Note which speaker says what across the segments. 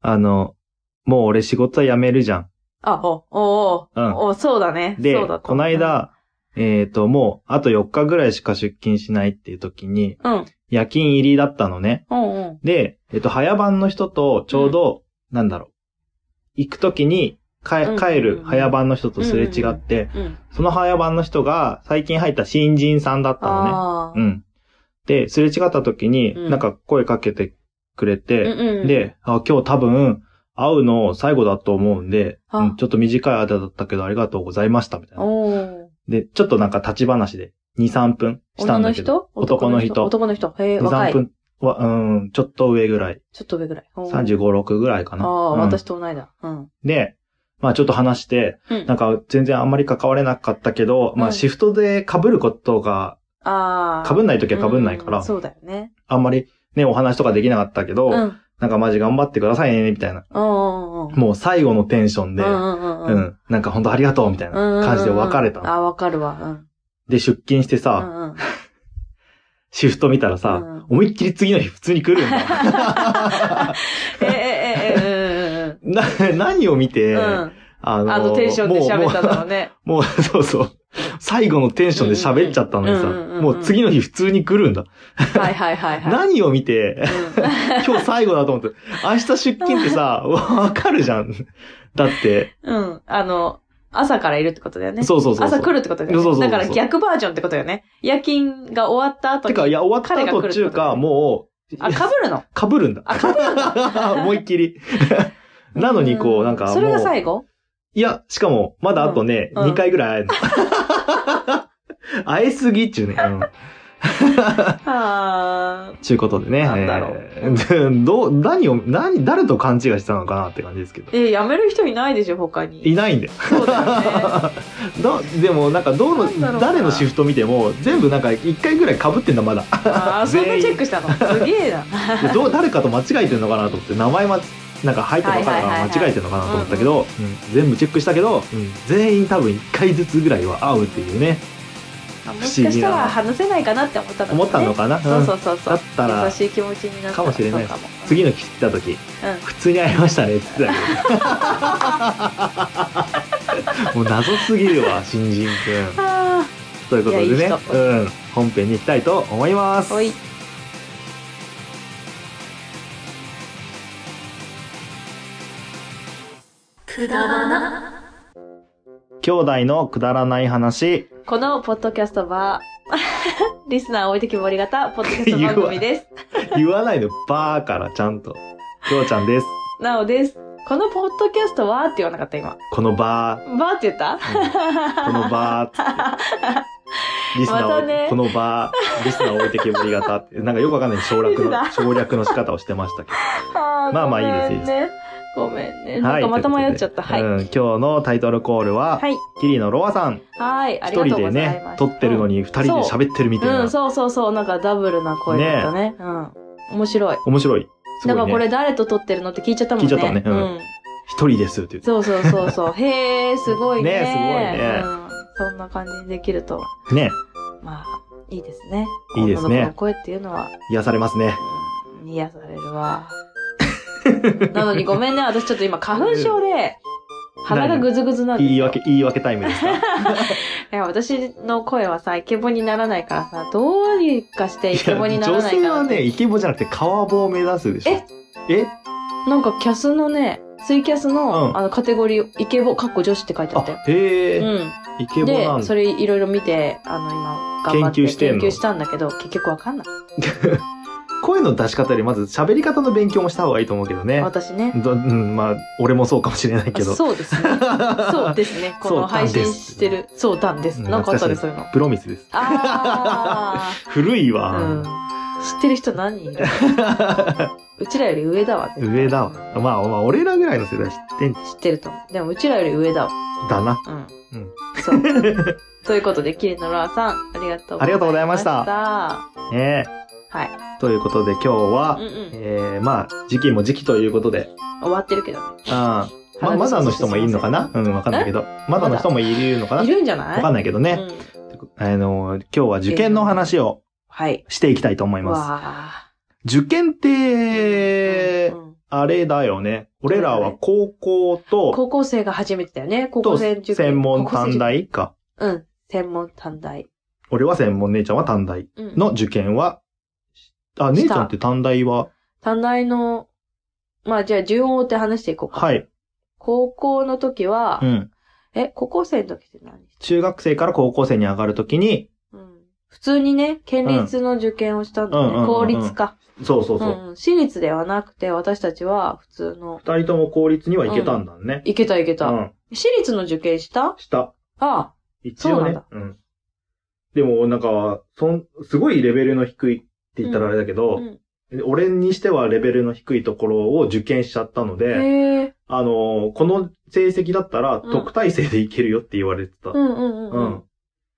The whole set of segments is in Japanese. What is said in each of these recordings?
Speaker 1: あの、もう俺仕事辞めるじゃん。
Speaker 2: あ、お、お、
Speaker 1: うん
Speaker 2: お、お、そうだね。
Speaker 1: で、
Speaker 2: そうだった
Speaker 1: この、間、えっ、と、もう、あと4日ぐらいしか出勤しないっていう時に、
Speaker 2: うん。
Speaker 1: 夜勤入りだったのね。
Speaker 2: うんうん。
Speaker 1: で、えっ、と、早番の人と、ちょうど、なんだろう、行く時に、か
Speaker 2: うんうんうん
Speaker 1: 帰る早番の人とすれ違って、
Speaker 2: うん。
Speaker 1: その早番の人が最近入った新人さんだったのね。
Speaker 2: あ
Speaker 1: う
Speaker 2: あ。
Speaker 1: ん。で、すれ違った時に、
Speaker 2: うん
Speaker 1: なんか声かけてくれて、
Speaker 2: うんうん。、
Speaker 1: で、あ今日多分、会うの最後だと思うんで、
Speaker 2: あ
Speaker 1: うんちょっと短い間だったけどありがとうございました、みたいな。
Speaker 2: おー
Speaker 1: で、ちょっとなんか立ち話で、2、3分した
Speaker 2: 女
Speaker 1: ん
Speaker 2: の
Speaker 1: だけど。
Speaker 2: 人
Speaker 1: 男の人
Speaker 2: 男の人。へえ、
Speaker 1: 2、
Speaker 2: 若
Speaker 1: 3
Speaker 2: い。
Speaker 1: 分は、うん、ちょっと上ぐらい。
Speaker 2: ちょっと上ぐらい。おー
Speaker 1: 35、6ぐらいか
Speaker 2: あ
Speaker 1: な。
Speaker 2: あ、
Speaker 1: うん
Speaker 2: 私と同いだ。うん。
Speaker 1: で、まあちょっと話して、
Speaker 2: うん
Speaker 1: なんか全然あんまり関われなかったけど、ま
Speaker 2: う
Speaker 1: あ
Speaker 2: ん
Speaker 1: シフトで被ることが、
Speaker 2: ああ。
Speaker 1: 被んない時は被んないから
Speaker 2: うそうだよね。
Speaker 1: あんまりね、お話とかできなかったけど、
Speaker 2: うん。うん
Speaker 1: なんかマジ頑張ってくださいね、みたいな。
Speaker 2: うんうん。
Speaker 1: もう最後のテンションで、
Speaker 2: うんうん
Speaker 1: う
Speaker 2: うん
Speaker 1: ん、なんか本当ありがとうみたいな
Speaker 2: うん。
Speaker 1: 感じで別れたの。
Speaker 2: あ、わかるわ。うん。
Speaker 1: で、出勤して
Speaker 2: う
Speaker 1: さ、
Speaker 2: んうん。
Speaker 1: シフト見たらさ、
Speaker 2: うん
Speaker 1: 思いっきり次の日普通に来るん だ。
Speaker 2: えええええ
Speaker 1: な、何を見て、
Speaker 2: え。うんうんうん。
Speaker 1: あの
Speaker 2: あのテンションで喋ったんだろうね。
Speaker 1: もう、もうそうそう。最後のテンションで喋っちゃったのにさ、
Speaker 2: うんうんうんうんうん
Speaker 1: もう次の日普通に来るんだ。
Speaker 2: はいはいはいはい。
Speaker 1: 何を見 て、
Speaker 2: う
Speaker 1: 今日最後だと思って、明日出勤って さ、わかるじゃん。だって、
Speaker 2: ん。うん。あの、朝からいるってことだよね。
Speaker 1: そうそうそうそう。
Speaker 2: 朝来るってことだよ
Speaker 1: そ
Speaker 2: ね。
Speaker 1: うそうそうそう
Speaker 2: だから逆バージョンってことよね。夜勤が終わった後
Speaker 1: て
Speaker 2: に。
Speaker 1: か、いや、終わった
Speaker 2: 彼が来
Speaker 1: 途
Speaker 2: るって
Speaker 1: 中
Speaker 2: ことだ
Speaker 1: か、
Speaker 2: よね
Speaker 1: もう、
Speaker 2: あ、被るの。
Speaker 1: 被るんだ。
Speaker 2: あ被る
Speaker 1: 思いっき り。なのに、こう、なんかもう。
Speaker 2: それが最後
Speaker 1: いや、しかも、まだあとね、
Speaker 2: うん
Speaker 1: 2回ぐらい会え るの。会えすぎっちゅうね。うん
Speaker 2: あ
Speaker 1: ちゅうことでね。
Speaker 2: なんだろう
Speaker 1: えーどう、何を、何、誰と勘違いしてたのかなって感じですけど
Speaker 2: ー。。え、辞める人いないでしょ、他に。
Speaker 1: いないんだよ。
Speaker 2: そうだよね。
Speaker 1: どでも、なんか、どう
Speaker 2: なんだろう
Speaker 1: の、
Speaker 2: な
Speaker 1: 誰のシフト見ても、全部なんか、1回ぐらい被ってんだ、まだ。
Speaker 2: あー、そんなチェックしたの。すげえな。
Speaker 1: でどう、誰かと間違えてんのかなと思って、名前ま、なんか入ったばっかだか
Speaker 2: はいはいはい
Speaker 1: ら
Speaker 2: はい
Speaker 1: 間違えてんのかなと思ったけど、うん全部チェックしたけど、うん全員多分1回ずつぐらいは会うっていうね。
Speaker 2: あもしかしたら話せないかなって思ったの
Speaker 1: 思ったのかな
Speaker 2: そうそうそうそ
Speaker 1: だ
Speaker 2: う。
Speaker 1: ったら
Speaker 2: 優しい気持ちになった
Speaker 1: かもしれない
Speaker 2: そうかも
Speaker 1: 次の日来た時、
Speaker 2: うん
Speaker 1: 普通に会いましたねって言ってた けどもう謎すぎるわ新人くん
Speaker 2: あ
Speaker 1: ということで
Speaker 2: いや
Speaker 1: ね
Speaker 2: いい人
Speaker 1: うん、本編に行きたいと思います
Speaker 2: ーおい。
Speaker 1: 兄弟のくだらない話
Speaker 2: このポッドキャストは、 リスナー置いてきぼり型、ポッドキャスト番組です。
Speaker 1: 言わないのバーからちゃんときょうちゃんです
Speaker 2: なおです。このポッドキャストはって言わなかった今。
Speaker 1: このバ
Speaker 2: バーって言っ
Speaker 1: ー、う
Speaker 2: た
Speaker 1: んこのバーっつってリスナー
Speaker 2: ま
Speaker 1: を、
Speaker 2: たね
Speaker 1: このバーリスナー置いてけぼり型ってなんかよくわかんない省略
Speaker 2: リスナ
Speaker 1: の省略の仕方をしてましたけど
Speaker 2: あー
Speaker 1: まあまあいいです
Speaker 2: ごめんね。ごめんね。な
Speaker 1: は
Speaker 2: ん
Speaker 1: い。
Speaker 2: かまた迷っちゃった。
Speaker 1: と
Speaker 2: はいい。
Speaker 1: う
Speaker 2: は
Speaker 1: ことでうん今日のタイトルコールは、
Speaker 2: い。
Speaker 1: キリのロアさん。
Speaker 2: はい。あ
Speaker 1: 一
Speaker 2: り
Speaker 1: 人
Speaker 2: がとう
Speaker 1: で
Speaker 2: ござい
Speaker 1: ね
Speaker 2: ま、す。
Speaker 1: 撮ってるのに二人で喋ってるみたい
Speaker 2: うん、
Speaker 1: な。
Speaker 2: そうそうそう。なんかダブルな声だったね。うん。面白い。
Speaker 1: 面白い。す
Speaker 2: だか
Speaker 1: ごい
Speaker 2: らこれ
Speaker 1: ね。
Speaker 2: 誰と撮ってるのって聞いちゃったもんね。
Speaker 1: 聞いちゃったねう
Speaker 2: うんん。
Speaker 1: 一人ですって言っ
Speaker 2: そうそうそ うそう。へえ、すごいね。
Speaker 1: ねすごいね
Speaker 2: うん。そんな感じにできると、
Speaker 1: て。ね。
Speaker 2: まあ、いいですね。
Speaker 1: いいですね
Speaker 2: 女の子の声っていうのは、
Speaker 1: 癒されますね。
Speaker 2: うん、癒されるわ。 なのにごめんね、私ちょっと今花粉症で、鼻がぐずぐずなんですよ
Speaker 1: 言い訳、言い訳タイムですか
Speaker 2: いや、私の声はさ、イケボにならないからさ、どうにかしてイケボに
Speaker 1: いや
Speaker 2: なら
Speaker 1: 女
Speaker 2: ないか
Speaker 1: 性
Speaker 2: な
Speaker 1: は
Speaker 2: って。
Speaker 1: ね、イケボじゃなくて、皮棒を目指すでしょ。え
Speaker 2: なんかキャスのね、ツイキャス
Speaker 1: う
Speaker 2: の、
Speaker 1: ん
Speaker 2: あのカテゴリー、イケボ、かっこ女子って書いてあ
Speaker 1: あ
Speaker 2: ったよ。、
Speaker 1: へえ、
Speaker 2: う
Speaker 1: イケ
Speaker 2: ん。
Speaker 1: ボなん
Speaker 2: で、そ
Speaker 1: だ。
Speaker 2: れいろいろ見て、あの、今、頑張って
Speaker 1: 研究してんの
Speaker 2: 研究したんだけど、結局わかんない。
Speaker 1: 声の出し方より、まず喋り方の勉強もした方がいいと思うけどね。
Speaker 2: 私ね。
Speaker 1: どうん、まあ、俺もそうかもしれないけど。
Speaker 2: そうです ね。そうですね。こ
Speaker 1: そう
Speaker 2: の配信してる、そう、ダンです。
Speaker 1: うん
Speaker 2: なんかあったで、そ
Speaker 1: 懐
Speaker 2: ういうの。
Speaker 1: プロミスです。
Speaker 2: あ
Speaker 1: 古い
Speaker 2: あ。
Speaker 1: わ。
Speaker 2: うん。知ってる人何人いるうちらより上だわ。
Speaker 1: 上だわ。まあ、まあ、俺らぐらいの世代知ってん
Speaker 2: 知ってると思う。でも、うちらより上だわ。
Speaker 1: だな。
Speaker 2: うん。
Speaker 1: うん
Speaker 2: そう。 ということで、キリノラーさん、ありがとう
Speaker 1: ありがとうございました
Speaker 2: は
Speaker 1: ね
Speaker 2: い。
Speaker 1: え。ということで今日は
Speaker 2: うん、うん。
Speaker 1: えー、まあ、時期も時期ということで、
Speaker 2: 終わってるけどね。
Speaker 1: うん。まあ、まだの人もいるのかなうん、わかんないけど。まだの人もいるのかない
Speaker 2: るんじゃない
Speaker 1: わかんないけどね。
Speaker 2: うん
Speaker 1: あの、今日は受験の話を
Speaker 2: はい。
Speaker 1: していきたいと思います。
Speaker 2: わあ。
Speaker 1: 受験っ
Speaker 2: うん
Speaker 1: て、
Speaker 2: うん
Speaker 1: あれだよね。俺らは高校と、
Speaker 2: 高校生が初めてだよね。高
Speaker 1: と、
Speaker 2: 校生受験
Speaker 1: 専門短。
Speaker 2: 高校
Speaker 1: 大か。
Speaker 2: 生受験うん。専門短大。
Speaker 1: 俺は専門、姉ちゃんは短大
Speaker 2: うん。
Speaker 1: の受験は、あ、姉ちゃんって短大は、
Speaker 2: 短大の、まあじゃあ順を追って話していこうか。
Speaker 1: はい。
Speaker 2: 高校の時は
Speaker 1: う、ん。
Speaker 2: え、高校生の時って何して
Speaker 1: 中学生から高校生に上がるときに、
Speaker 2: うん。普通にね、県立の受験をしたんだ
Speaker 1: うんうんうんう
Speaker 2: ね。
Speaker 1: ん
Speaker 2: 公立か。
Speaker 1: そうそう
Speaker 2: う
Speaker 1: そう。
Speaker 2: んうん。私立ではなくて、私たちは普通の。
Speaker 1: 二人とも公立には行けたんだね。
Speaker 2: いけたいけ
Speaker 1: う
Speaker 2: た。
Speaker 1: ん。
Speaker 2: 私立の受験した
Speaker 1: した。
Speaker 2: あ
Speaker 1: 一応
Speaker 2: そうなん
Speaker 1: ね
Speaker 2: だ。
Speaker 1: うん。でも、なんか、そん、すごいレベルの低いって言ったらあれだけ
Speaker 2: あ。
Speaker 1: ど、
Speaker 2: うん。
Speaker 1: 俺にしてはレベルの低いところを受験しちゃったので、
Speaker 2: へえ。
Speaker 1: あのーこの成績だったら
Speaker 2: うん
Speaker 1: 特待生でいけるよって言われてた。
Speaker 2: うんうんうん。う
Speaker 1: うんん、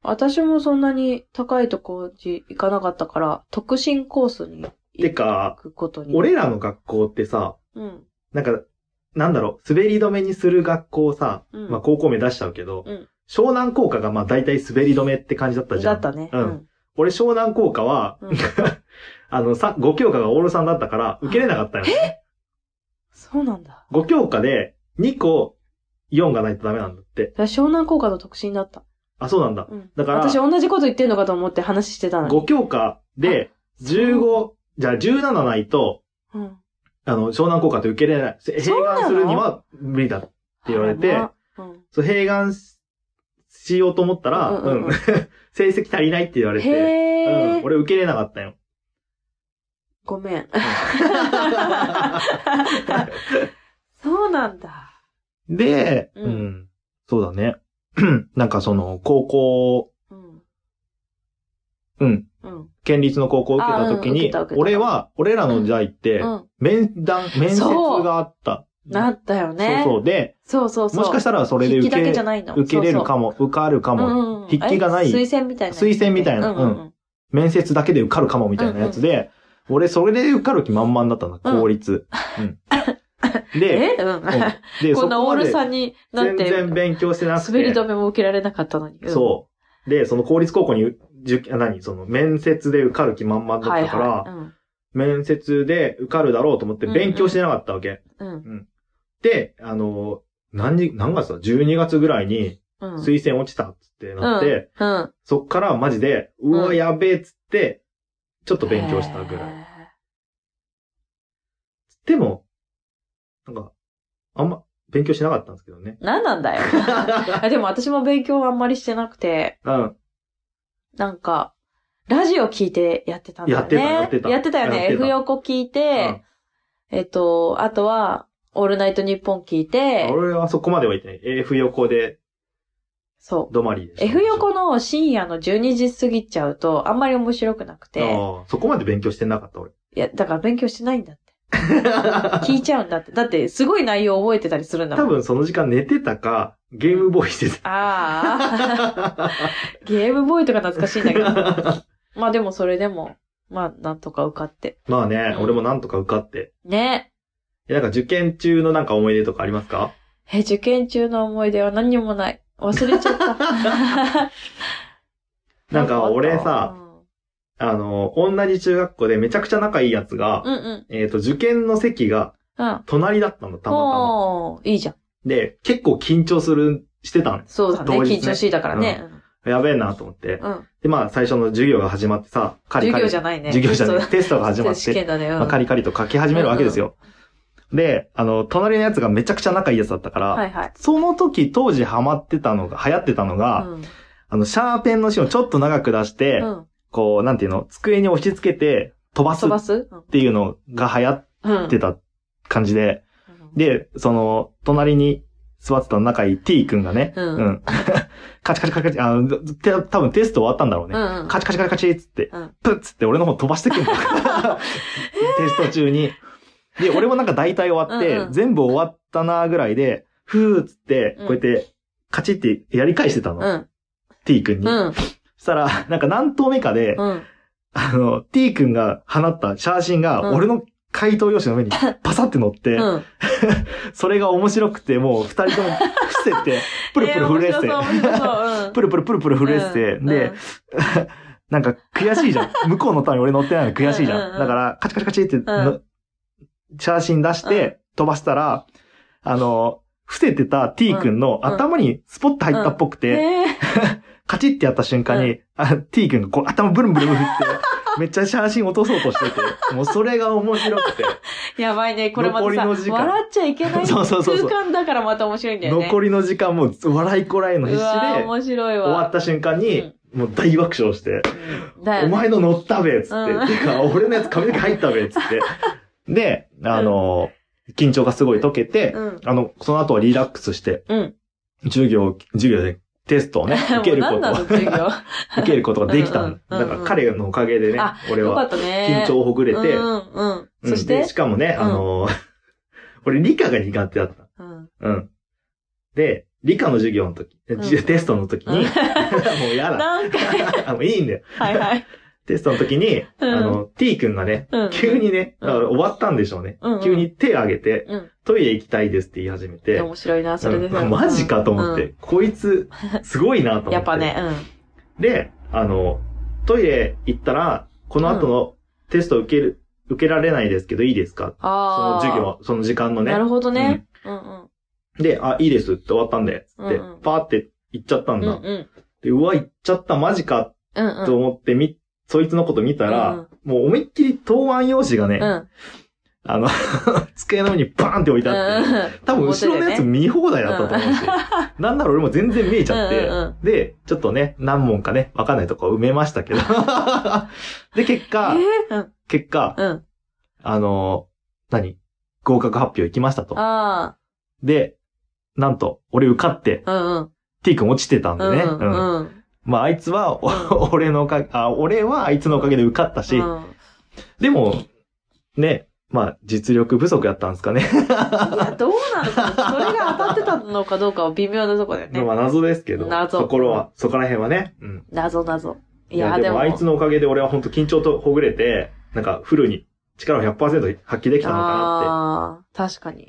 Speaker 2: 私もそんなに高いとこじ行かなかったから、特進コースに
Speaker 1: て
Speaker 2: 行
Speaker 1: か、
Speaker 2: くことに。
Speaker 1: 俺らの学校ってさ、
Speaker 2: うん。
Speaker 1: なんか、なんだろう、滑り止めにする学校さ、
Speaker 2: うん。
Speaker 1: まあ高校名出しちゃうけど、
Speaker 2: うん
Speaker 1: 湘南工科がまあ大体滑り止めって感じだったじゃ
Speaker 2: だ
Speaker 1: ん。
Speaker 2: ったね。
Speaker 1: うん。俺湘南工科は、
Speaker 2: うん
Speaker 1: あの、さ、5教科がオール3だったから受けれなかったよ。
Speaker 2: そうなんだ。
Speaker 1: 5教科で2個4がないとダメなんだって。
Speaker 2: だから湘南効果の特進だった。
Speaker 1: あ、そうなんだ。
Speaker 2: うん。
Speaker 1: だから
Speaker 2: 私同じこと言ってんのかと思って話してたのに。
Speaker 1: 5教科で15、じゃあ17ないと、
Speaker 2: うん。
Speaker 1: あの、湘南効果って受けれない。せ併
Speaker 2: そうなの
Speaker 1: 願するには無理だって言われて
Speaker 2: あらまあ
Speaker 1: そう、併願ししようと思ったら、
Speaker 2: うんう
Speaker 1: うん
Speaker 2: うん
Speaker 1: ん。 成績足りないって言わ
Speaker 2: うん。
Speaker 1: れて、う
Speaker 2: へえ
Speaker 1: ん。。俺受けれなか ったよ。
Speaker 2: ごめ ん。そうなんだ。
Speaker 1: で、
Speaker 2: うん
Speaker 1: うん、そうだね。 なんかその、高校、
Speaker 2: うん。
Speaker 1: うん。
Speaker 2: うん。
Speaker 1: 県立の高校を受けた時
Speaker 2: あうん受け
Speaker 1: に
Speaker 2: た受け、た
Speaker 1: 俺は、俺らの時代って
Speaker 2: う、ん。
Speaker 1: 面談、面接があった。
Speaker 2: なったよね。
Speaker 1: そうそう。で、
Speaker 2: そうそうそう。
Speaker 1: もしかしたらそれで
Speaker 2: 筆
Speaker 1: 受
Speaker 2: 記だけ
Speaker 1: け
Speaker 2: じゃ、ないの。
Speaker 1: 受けれるか
Speaker 2: も。
Speaker 1: も、受かるかも、
Speaker 2: うんうん
Speaker 1: 筆記がない
Speaker 2: あれ推薦みたいな。
Speaker 1: 推薦みたいな
Speaker 2: うんうん
Speaker 1: 面接だけで受かるかもみたいなやつで、俺それで受かる気満々だったんだ、
Speaker 2: うん
Speaker 1: 効率。うん。で、
Speaker 2: えう
Speaker 1: う
Speaker 2: ん。
Speaker 1: んで
Speaker 2: こんなオール
Speaker 1: そこ
Speaker 2: さ
Speaker 1: ま
Speaker 2: ん
Speaker 1: で
Speaker 2: になっ
Speaker 1: 全
Speaker 2: て、
Speaker 1: 然
Speaker 2: 滑
Speaker 1: 勉強してなくて。
Speaker 2: り止めも受けられなかったのに。うん
Speaker 1: そう。で、その公立高校に、受あ何その、面接で受かる気満々だ
Speaker 2: はい
Speaker 1: ったから、
Speaker 2: はい。うん
Speaker 1: 面接で受かるだろうと思って勉強してなかったわけ。
Speaker 2: うん。
Speaker 1: で、あの、何時、何月だ ?12 月ぐらいに
Speaker 2: うん。
Speaker 1: 推薦落ちたっつってなって、
Speaker 2: うん。
Speaker 1: そっからマジで、う
Speaker 2: う
Speaker 1: わ、
Speaker 2: ん
Speaker 1: やべえっつって、ちょっと勉強したぐらい。
Speaker 2: い。
Speaker 1: でも、なんか、あんま勉強しなかったんですけど ね。
Speaker 2: 何な んだよ。あでも私も勉強はあんまりしてなくて、
Speaker 1: うん。
Speaker 2: なんか、ラジオ聞いてやってたんだよね。
Speaker 1: やってた
Speaker 2: や
Speaker 1: や
Speaker 2: っ
Speaker 1: ってて
Speaker 2: た
Speaker 1: た
Speaker 2: よね。
Speaker 1: やってた
Speaker 2: F 横聞いて、えっと、あとは、オールナイトニッポン聞い
Speaker 1: うん
Speaker 2: て、
Speaker 1: 俺はそこまではいってない。F 横で
Speaker 2: そう。
Speaker 1: 止まりでした。
Speaker 2: F 横の深夜の12時過ぎちゃうと、あんまり面白くなくて、
Speaker 1: ああ、そこまで勉強してなかった俺。
Speaker 2: いや、だから勉強してないんだって。聞いちゃうんだって。だって、すごい内容覚えてたりするんだも
Speaker 1: 多
Speaker 2: ん。
Speaker 1: 分その時間寝てたか、ゲームボーイして
Speaker 2: あ
Speaker 1: た。
Speaker 2: あ、ゲームボーイとか懐かしいんだけ ど。まあでもそれでも、まあなんとか受かって。
Speaker 1: まあね、
Speaker 2: うん
Speaker 1: 俺もなんとか受かって。
Speaker 2: ね。
Speaker 1: え、なんか受験中のなんか思い出とかありますか
Speaker 2: え、受験中の思い出は何にもない。忘れちゃった。
Speaker 1: なんか俺さ、あの、同じ中学校でめちゃくちゃ仲いいやつが、
Speaker 2: うん、うんうん。
Speaker 1: えっ、と、受験の席が
Speaker 2: うん。
Speaker 1: 隣だったの、たまたま。
Speaker 2: おーいいじゃん。
Speaker 1: で、結構緊張する、してたの。
Speaker 2: そうだね。
Speaker 1: 当日ね
Speaker 2: 緊張しいだからね。
Speaker 1: やべえなと思って。
Speaker 2: うん。うん
Speaker 1: で、まあ、最初の授業が始まってさ、カ
Speaker 2: 授業じ
Speaker 1: ゃ
Speaker 2: ゃないね。
Speaker 1: 授業じゃない
Speaker 2: そうだ
Speaker 1: テストが始まっ
Speaker 2: 試
Speaker 1: て、
Speaker 2: 験だね。うん
Speaker 1: まあ、カリカリと書き始めるわけですよ。で、あの、隣のやつがめちゃくちゃ仲いいやつだったから、
Speaker 2: はいはい。
Speaker 1: その時当時ハマってたのが、流行ってたのが、
Speaker 2: うん
Speaker 1: あの、シャーペンの芯をちょっと長く出して、
Speaker 2: うん。
Speaker 1: こう、なんていうの、机に押し付けて飛ばす
Speaker 2: 飛ば
Speaker 1: っ
Speaker 2: す
Speaker 1: ていうのが流行っ
Speaker 2: うん。
Speaker 1: てた感じで、
Speaker 2: うん、
Speaker 1: で、その、隣に座ってた仲いい T 君がね、
Speaker 2: うん
Speaker 1: カチカチカチカチ、あの、て多分テスト終わったんだろう
Speaker 2: う
Speaker 1: ね。
Speaker 2: んうん。
Speaker 1: カチカチカチカチっつって、
Speaker 2: うん
Speaker 1: プッつって俺の方飛ばしてく るの。テスト中に。で、俺もなんか大体終わって、
Speaker 2: うんうん
Speaker 1: 全部終わったなぐらいで、ふーっつって、
Speaker 2: うん
Speaker 1: こうやって、カチってやり返してたの、
Speaker 2: うん。
Speaker 1: T 君に。
Speaker 2: うん。
Speaker 1: そしたら、なんか何投目かで、
Speaker 2: うん。
Speaker 1: あの、t 君が放った写真
Speaker 2: う
Speaker 1: が、
Speaker 2: ん
Speaker 1: 俺の回答用紙の 上にパサって乗って、
Speaker 2: うん。
Speaker 1: それが面白くて、もう二人とも伏せ て、プルプル震えてて、
Speaker 2: えー面白そう、面白そう。う ん。
Speaker 1: プルプルプルプル震えてて、
Speaker 2: うん
Speaker 1: で、、 なんか悔しいじゃん。向こうのターンに俺乗ってないの悔しいじゃん。
Speaker 2: うんうんうん
Speaker 1: だから、カチカチカチっての、
Speaker 2: うん
Speaker 1: 写真出して飛ばしたら、あの、伏せてた T 君の
Speaker 2: うん
Speaker 1: 頭にスポット入ったっぽくて、
Speaker 2: えー
Speaker 1: カチッてやった瞬間に、あ T 君がこう頭ブルンブルン振って、めっちゃ写真落とそうとしてて、もうそれが面白くて、
Speaker 2: やばいね。これまたさ、
Speaker 1: 残りの時間
Speaker 2: 笑っちゃいけない
Speaker 1: そうそうそうそう
Speaker 2: 空間だからまた面白いんだよね。
Speaker 1: 残りの時間もう笑いこらえの必死
Speaker 2: う
Speaker 1: で、
Speaker 2: わー
Speaker 1: 終
Speaker 2: 面白いわ。
Speaker 1: わった瞬間に、もう大爆笑して、
Speaker 2: うんだよ
Speaker 1: お
Speaker 2: ね。
Speaker 1: 前の乗ったべっつって、
Speaker 2: うん
Speaker 1: てか、俺のやつ髪の毛入ったべっつ って。で、あの、緊張がすごい解けて、
Speaker 2: うん
Speaker 1: あの、その後はリラックスして、
Speaker 2: うん
Speaker 1: 授業、授業でテストをね、受けるこ
Speaker 2: も
Speaker 1: と
Speaker 2: う何なの
Speaker 1: を、
Speaker 2: 授 業。
Speaker 1: 受けることができた
Speaker 2: う
Speaker 1: ん
Speaker 2: んうん
Speaker 1: だ。
Speaker 2: う
Speaker 1: だ
Speaker 2: んうん
Speaker 1: から彼のおかげでね
Speaker 2: あ、
Speaker 1: 俺
Speaker 2: よか
Speaker 1: は
Speaker 2: ったね。
Speaker 1: 緊張をほぐれて、
Speaker 2: うんうん。
Speaker 1: うん
Speaker 2: そし
Speaker 1: で
Speaker 2: て
Speaker 1: し、かもね、
Speaker 2: うん
Speaker 1: あの、 俺理科が苦手だった。
Speaker 2: うん
Speaker 1: うん。で、理科の授業の時、
Speaker 2: ん
Speaker 1: じテストの時に、
Speaker 2: うん
Speaker 1: もうやだ。
Speaker 2: なんか、
Speaker 1: あ もういいんだよ。
Speaker 2: はいはい。
Speaker 1: テストの時に、あ
Speaker 2: うん
Speaker 1: の、T 君がね、
Speaker 2: うん
Speaker 1: 急にね、
Speaker 2: うん
Speaker 1: だから終わったんでしょうね。
Speaker 2: うんうん
Speaker 1: 急に手挙げて、
Speaker 2: うん。
Speaker 1: トイレ行きたいですって言い始めて、
Speaker 2: 面白いな、それで
Speaker 1: うんマジかと思って、。こいつ、 すごいなと思っ
Speaker 2: うん
Speaker 1: て。
Speaker 2: やっぱね、
Speaker 1: で、あの、トイレ行ったら、この後のテスト受ける、受けられないですけどいいですか
Speaker 2: うん。
Speaker 1: そ
Speaker 2: あ
Speaker 1: の
Speaker 2: あ。
Speaker 1: 授業、その時間のね
Speaker 2: な。るほどね。うんうん。
Speaker 1: で、あ、いいですって終わったんで、つって、
Speaker 2: うんうん
Speaker 1: パーって行っちゃったん
Speaker 2: うんう
Speaker 1: だ。
Speaker 2: ん。
Speaker 1: で、うわ、行っちゃった、マジか
Speaker 2: うんうん。
Speaker 1: と思ってみ、そいつのこと見たら、
Speaker 2: うん
Speaker 1: もう思いっきり答案用紙がね、
Speaker 2: うん。
Speaker 1: あの、 机の上にバーンって置いてあって、多分後ろのやつ
Speaker 2: 見
Speaker 1: 見放題だったと思うし、 なんなら俺も全然見えちゃって、
Speaker 2: うんうん
Speaker 1: で、ちょっとね、何問かね、わかんないとこ埋めましたけど、 で、結果、
Speaker 2: えー
Speaker 1: 結果、
Speaker 2: うん。うん。
Speaker 1: あの、何合格発表行きましたと。
Speaker 2: あ
Speaker 1: で、なんと、俺受かって、
Speaker 2: あ。うんうん。
Speaker 1: T 君落ちてたんで
Speaker 2: う
Speaker 1: ね。
Speaker 2: んう
Speaker 1: うん
Speaker 2: んうん。
Speaker 1: まあ、あいつは、お 俺のおかげ、あ、俺はあいつのおかげで受かったし、
Speaker 2: うん
Speaker 1: でも、ね、まあ、実力不足やったんですかね。
Speaker 2: いや、どうなのかなそれが当たってたのかどうかは微妙なとこだよね。
Speaker 1: まあ、謎ですけど。
Speaker 2: 謎
Speaker 1: そこらは、そこら辺はね。うん。
Speaker 2: 謎謎。い
Speaker 1: いや、
Speaker 2: や、
Speaker 1: で
Speaker 2: で
Speaker 1: も、
Speaker 2: も。
Speaker 1: あいつのおかげで俺は本当緊張とほぐれて、なんか、フルに力を100%発揮できたのかなっ
Speaker 2: ああ、確かに。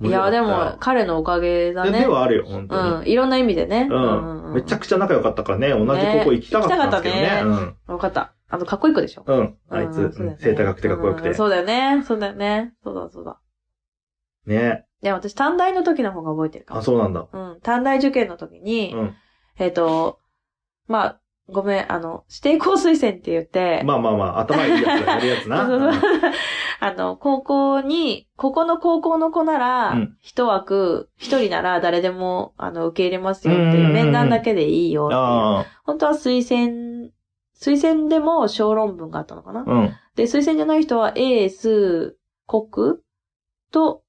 Speaker 1: て。
Speaker 2: いや、で
Speaker 1: 思
Speaker 2: も、
Speaker 1: っ
Speaker 2: 彼のおかげ
Speaker 1: たら、
Speaker 2: だ
Speaker 1: で
Speaker 2: ね
Speaker 1: で。はあるよ、本当
Speaker 2: う
Speaker 1: に。
Speaker 2: ん。いろんな意味でね。
Speaker 1: うん、めちゃ
Speaker 2: く
Speaker 1: くちゃ仲良かったからね、同じ高校行きたかったんですけどね。
Speaker 2: ねわかった。あの、かっこいい子でしょ。
Speaker 1: うん。うん。あいつ、
Speaker 2: うんそうだよね
Speaker 1: 背高くてかっこよく
Speaker 2: う
Speaker 1: て
Speaker 2: ん。そうだよね。そうだよね。そうだ、そうだ。
Speaker 1: ね。
Speaker 2: いや、私、短大の時の方が覚えてるか
Speaker 1: あ、
Speaker 2: も。
Speaker 1: そうなんだ。
Speaker 2: うん。短大受験の時に、
Speaker 1: うん
Speaker 2: えっ、と、まあ、ごめん、あの、指定校推薦って言って、
Speaker 1: まあまあまあ、頭いいやつがやるやつな。
Speaker 2: そうそうそう あの、高校に、ここの高校の子な
Speaker 1: う
Speaker 2: ら
Speaker 1: ん、
Speaker 2: 一枠、一人なら誰でも、あの、受け入れますよって
Speaker 1: うんうん
Speaker 2: い
Speaker 1: うん
Speaker 2: う、面談だけでいいよっていう。
Speaker 1: あ
Speaker 2: 本当は推薦、推薦でも小論文があったのかな
Speaker 1: あ、うん。
Speaker 2: で、推薦じゃない人は、英、数、国と、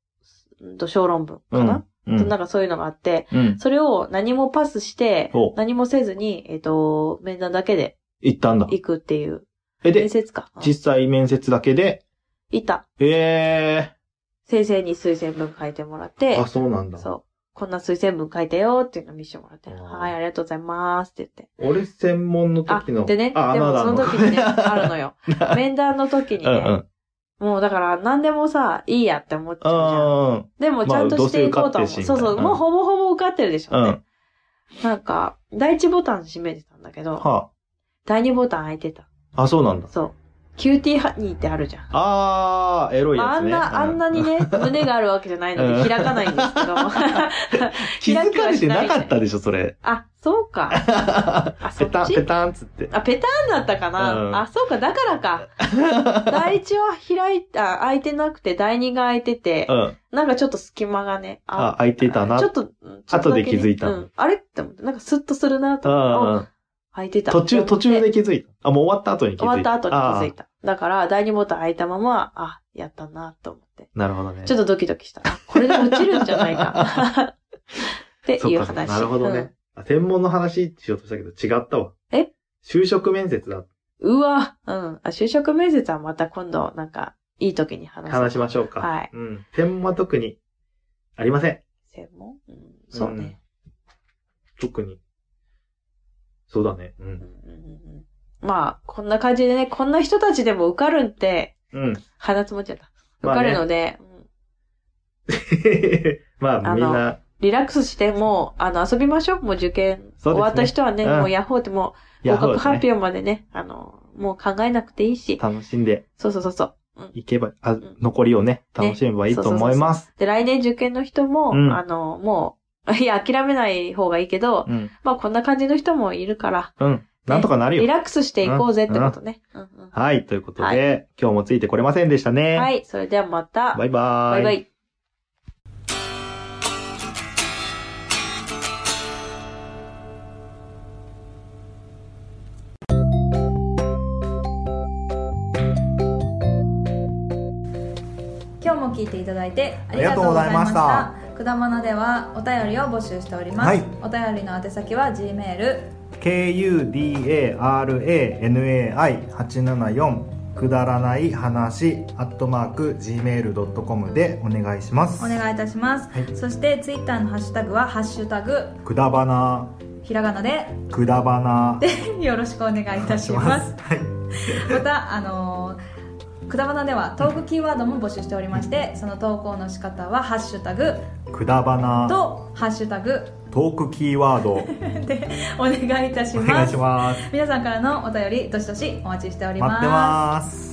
Speaker 2: うんと小論文かな、
Speaker 1: うん。
Speaker 2: なんかそういうのがあって、
Speaker 1: うん。
Speaker 2: それを何もパスして
Speaker 1: ほう、
Speaker 2: 何もせずに、えっ、と、面談だけで
Speaker 1: 行ったんだ。
Speaker 2: 行くっていう、
Speaker 1: え、
Speaker 2: 面
Speaker 1: で、
Speaker 2: 接か。うん
Speaker 1: 実際面接だけで、
Speaker 2: いた。
Speaker 1: え
Speaker 2: 先生に推薦文書いてもらっ
Speaker 1: え
Speaker 2: て
Speaker 1: あ、、そうなんだ。
Speaker 2: そう。こんな推薦文書いてよっていうのを見せてもらって、
Speaker 1: あー
Speaker 2: はい、ありがとうございますって言って。
Speaker 1: 俺専門の
Speaker 2: あ
Speaker 1: 時の。、
Speaker 2: でね、で
Speaker 1: あ、
Speaker 2: も
Speaker 1: まだ
Speaker 2: その時に ね、あるのよ。
Speaker 1: あ
Speaker 2: 面談の時に
Speaker 1: のうんう
Speaker 2: ね、
Speaker 1: ん。
Speaker 2: もうだから何でもさ、いいやって思っちゃうじゃん。
Speaker 1: あ
Speaker 2: でもちゃんとしていこうと
Speaker 1: まあどうせ
Speaker 2: は思う。
Speaker 1: 受かってるし
Speaker 2: そうそう、
Speaker 1: うん
Speaker 2: もうほぼほぼ受かってるでし
Speaker 1: あ、うん。
Speaker 2: ょう
Speaker 1: は
Speaker 2: ね。なんか、第一ボタン閉めてたんだけど、
Speaker 1: あ。
Speaker 2: 第二ボタン開いてた。
Speaker 1: あ、そうなんだ。
Speaker 2: そう。キューティーハニーってあるじゃん。
Speaker 1: ああ、エロい
Speaker 2: ま
Speaker 1: や
Speaker 2: あ、あ
Speaker 1: つ
Speaker 2: ん
Speaker 1: ね。
Speaker 2: な、あんな
Speaker 1: う。
Speaker 2: にね、胸があるわけじゃないので開かないんですけど。
Speaker 1: 気づかれてなかったでしょ、それ。
Speaker 2: あ、そうか。あ、そ
Speaker 1: ペ
Speaker 2: っ
Speaker 1: タン、ペ
Speaker 2: ち
Speaker 1: タンっつって。
Speaker 2: あ、ペタンだったかな、
Speaker 1: うん
Speaker 2: あ、そうか、だからか。第一は開いた、開いてなくて、第二が開いてて
Speaker 1: う、ん。
Speaker 2: なんかちょっと隙間がね、
Speaker 1: あ、開いてたな。
Speaker 2: ちょ
Speaker 1: う
Speaker 2: っと、うん
Speaker 1: 後で気づいた
Speaker 2: ちょっとだけねうんあれって思って、なんかスッとするなと
Speaker 1: ん
Speaker 2: 思
Speaker 1: う
Speaker 2: っ
Speaker 1: ん。
Speaker 2: て、あ開いてた。
Speaker 1: 途中、途中。で気づいた。あ、もう終わった後に気づ
Speaker 2: 終
Speaker 1: いた。
Speaker 2: わった後に気づい
Speaker 1: た。
Speaker 2: た。だから、第二ボタン開いたまま、あ、やったなと思って。
Speaker 1: なるほどね。
Speaker 2: ちょっとドキドキした。あこれで落ちるんじゃな いか。って
Speaker 1: そっ
Speaker 2: いう
Speaker 1: かそっか
Speaker 2: 話。
Speaker 1: なるほどね。あ専門の話ってしようとしたけど違ったわ。
Speaker 2: え
Speaker 1: 就職面接だ。
Speaker 2: うん。うわ、うん。あ就職面接はまた今度、なんか、いい時に話す。
Speaker 1: 話しましょうか。
Speaker 2: はい
Speaker 1: うん。専門は特にありません。
Speaker 2: 専門うんそうね。
Speaker 1: 特に。そうだね。うん。
Speaker 2: うんうんうんまあ、こんな感じでね、こんな人たちでも受かるんって、
Speaker 1: うん。
Speaker 2: 鼻つもっちゃった。
Speaker 1: ま
Speaker 2: 受
Speaker 1: あね
Speaker 2: かるので、うん
Speaker 1: まあ、
Speaker 2: あの
Speaker 1: みんな、
Speaker 2: リラックスして、もう、あの、遊びましょう。もう受験
Speaker 1: そうですね
Speaker 2: 終わった人はね、
Speaker 1: うん
Speaker 2: もうヤッホーってもう、合
Speaker 1: ヤフ
Speaker 2: 格
Speaker 1: ー
Speaker 2: 発
Speaker 1: ですね
Speaker 2: 表までね、あの、もう考えなくていいし、
Speaker 1: 楽しんで。
Speaker 2: そうそうそうそう。
Speaker 3: うん
Speaker 1: 行けば、あ
Speaker 3: ん、
Speaker 1: 残りをね、
Speaker 3: ね
Speaker 1: 楽しめばいい
Speaker 3: そう
Speaker 1: と
Speaker 3: そうそうそう
Speaker 1: 思います。
Speaker 3: で、来年受験の人も、
Speaker 1: うん
Speaker 3: あの、もう、 いや、諦めない方がいいけど、
Speaker 1: うん。
Speaker 3: まあこんな感じの人もいるから、
Speaker 1: うん。なんとかなる
Speaker 3: リ
Speaker 1: よ。
Speaker 3: ラックスしていこうぜってことね。うんうん
Speaker 1: はい。ということ
Speaker 3: は
Speaker 1: で、今日もついてこれませんでしたね。
Speaker 3: はい、それではまた。
Speaker 1: バイバー
Speaker 3: バイバイ。
Speaker 2: 今日も聞いていただいてありがとうございましたくだまなではお便りを募集しております、
Speaker 1: はい
Speaker 2: お便りの宛先は G メール
Speaker 1: kudaranai874 くだらない話アットマーク gmail.com でお願いします
Speaker 2: お願いいたします、
Speaker 1: はい
Speaker 2: そしてツイッターのハッシュタグは「ハッシュタグ
Speaker 1: くだばな
Speaker 2: ひらがなで
Speaker 1: くだばな」
Speaker 2: でよろしくお願いいたしますまたあのーくだばなではトークキーワードも募集しておりましてその投稿の仕方は「ハッシュタグ
Speaker 1: くだば」な
Speaker 2: と「ハッシュタグ
Speaker 1: トークキーワードお」
Speaker 2: でお願いいたし
Speaker 1: 願
Speaker 2: ま
Speaker 1: い
Speaker 2: す
Speaker 1: します
Speaker 2: 皆さんからのお便りどしどしお待ちしており
Speaker 1: 待ってます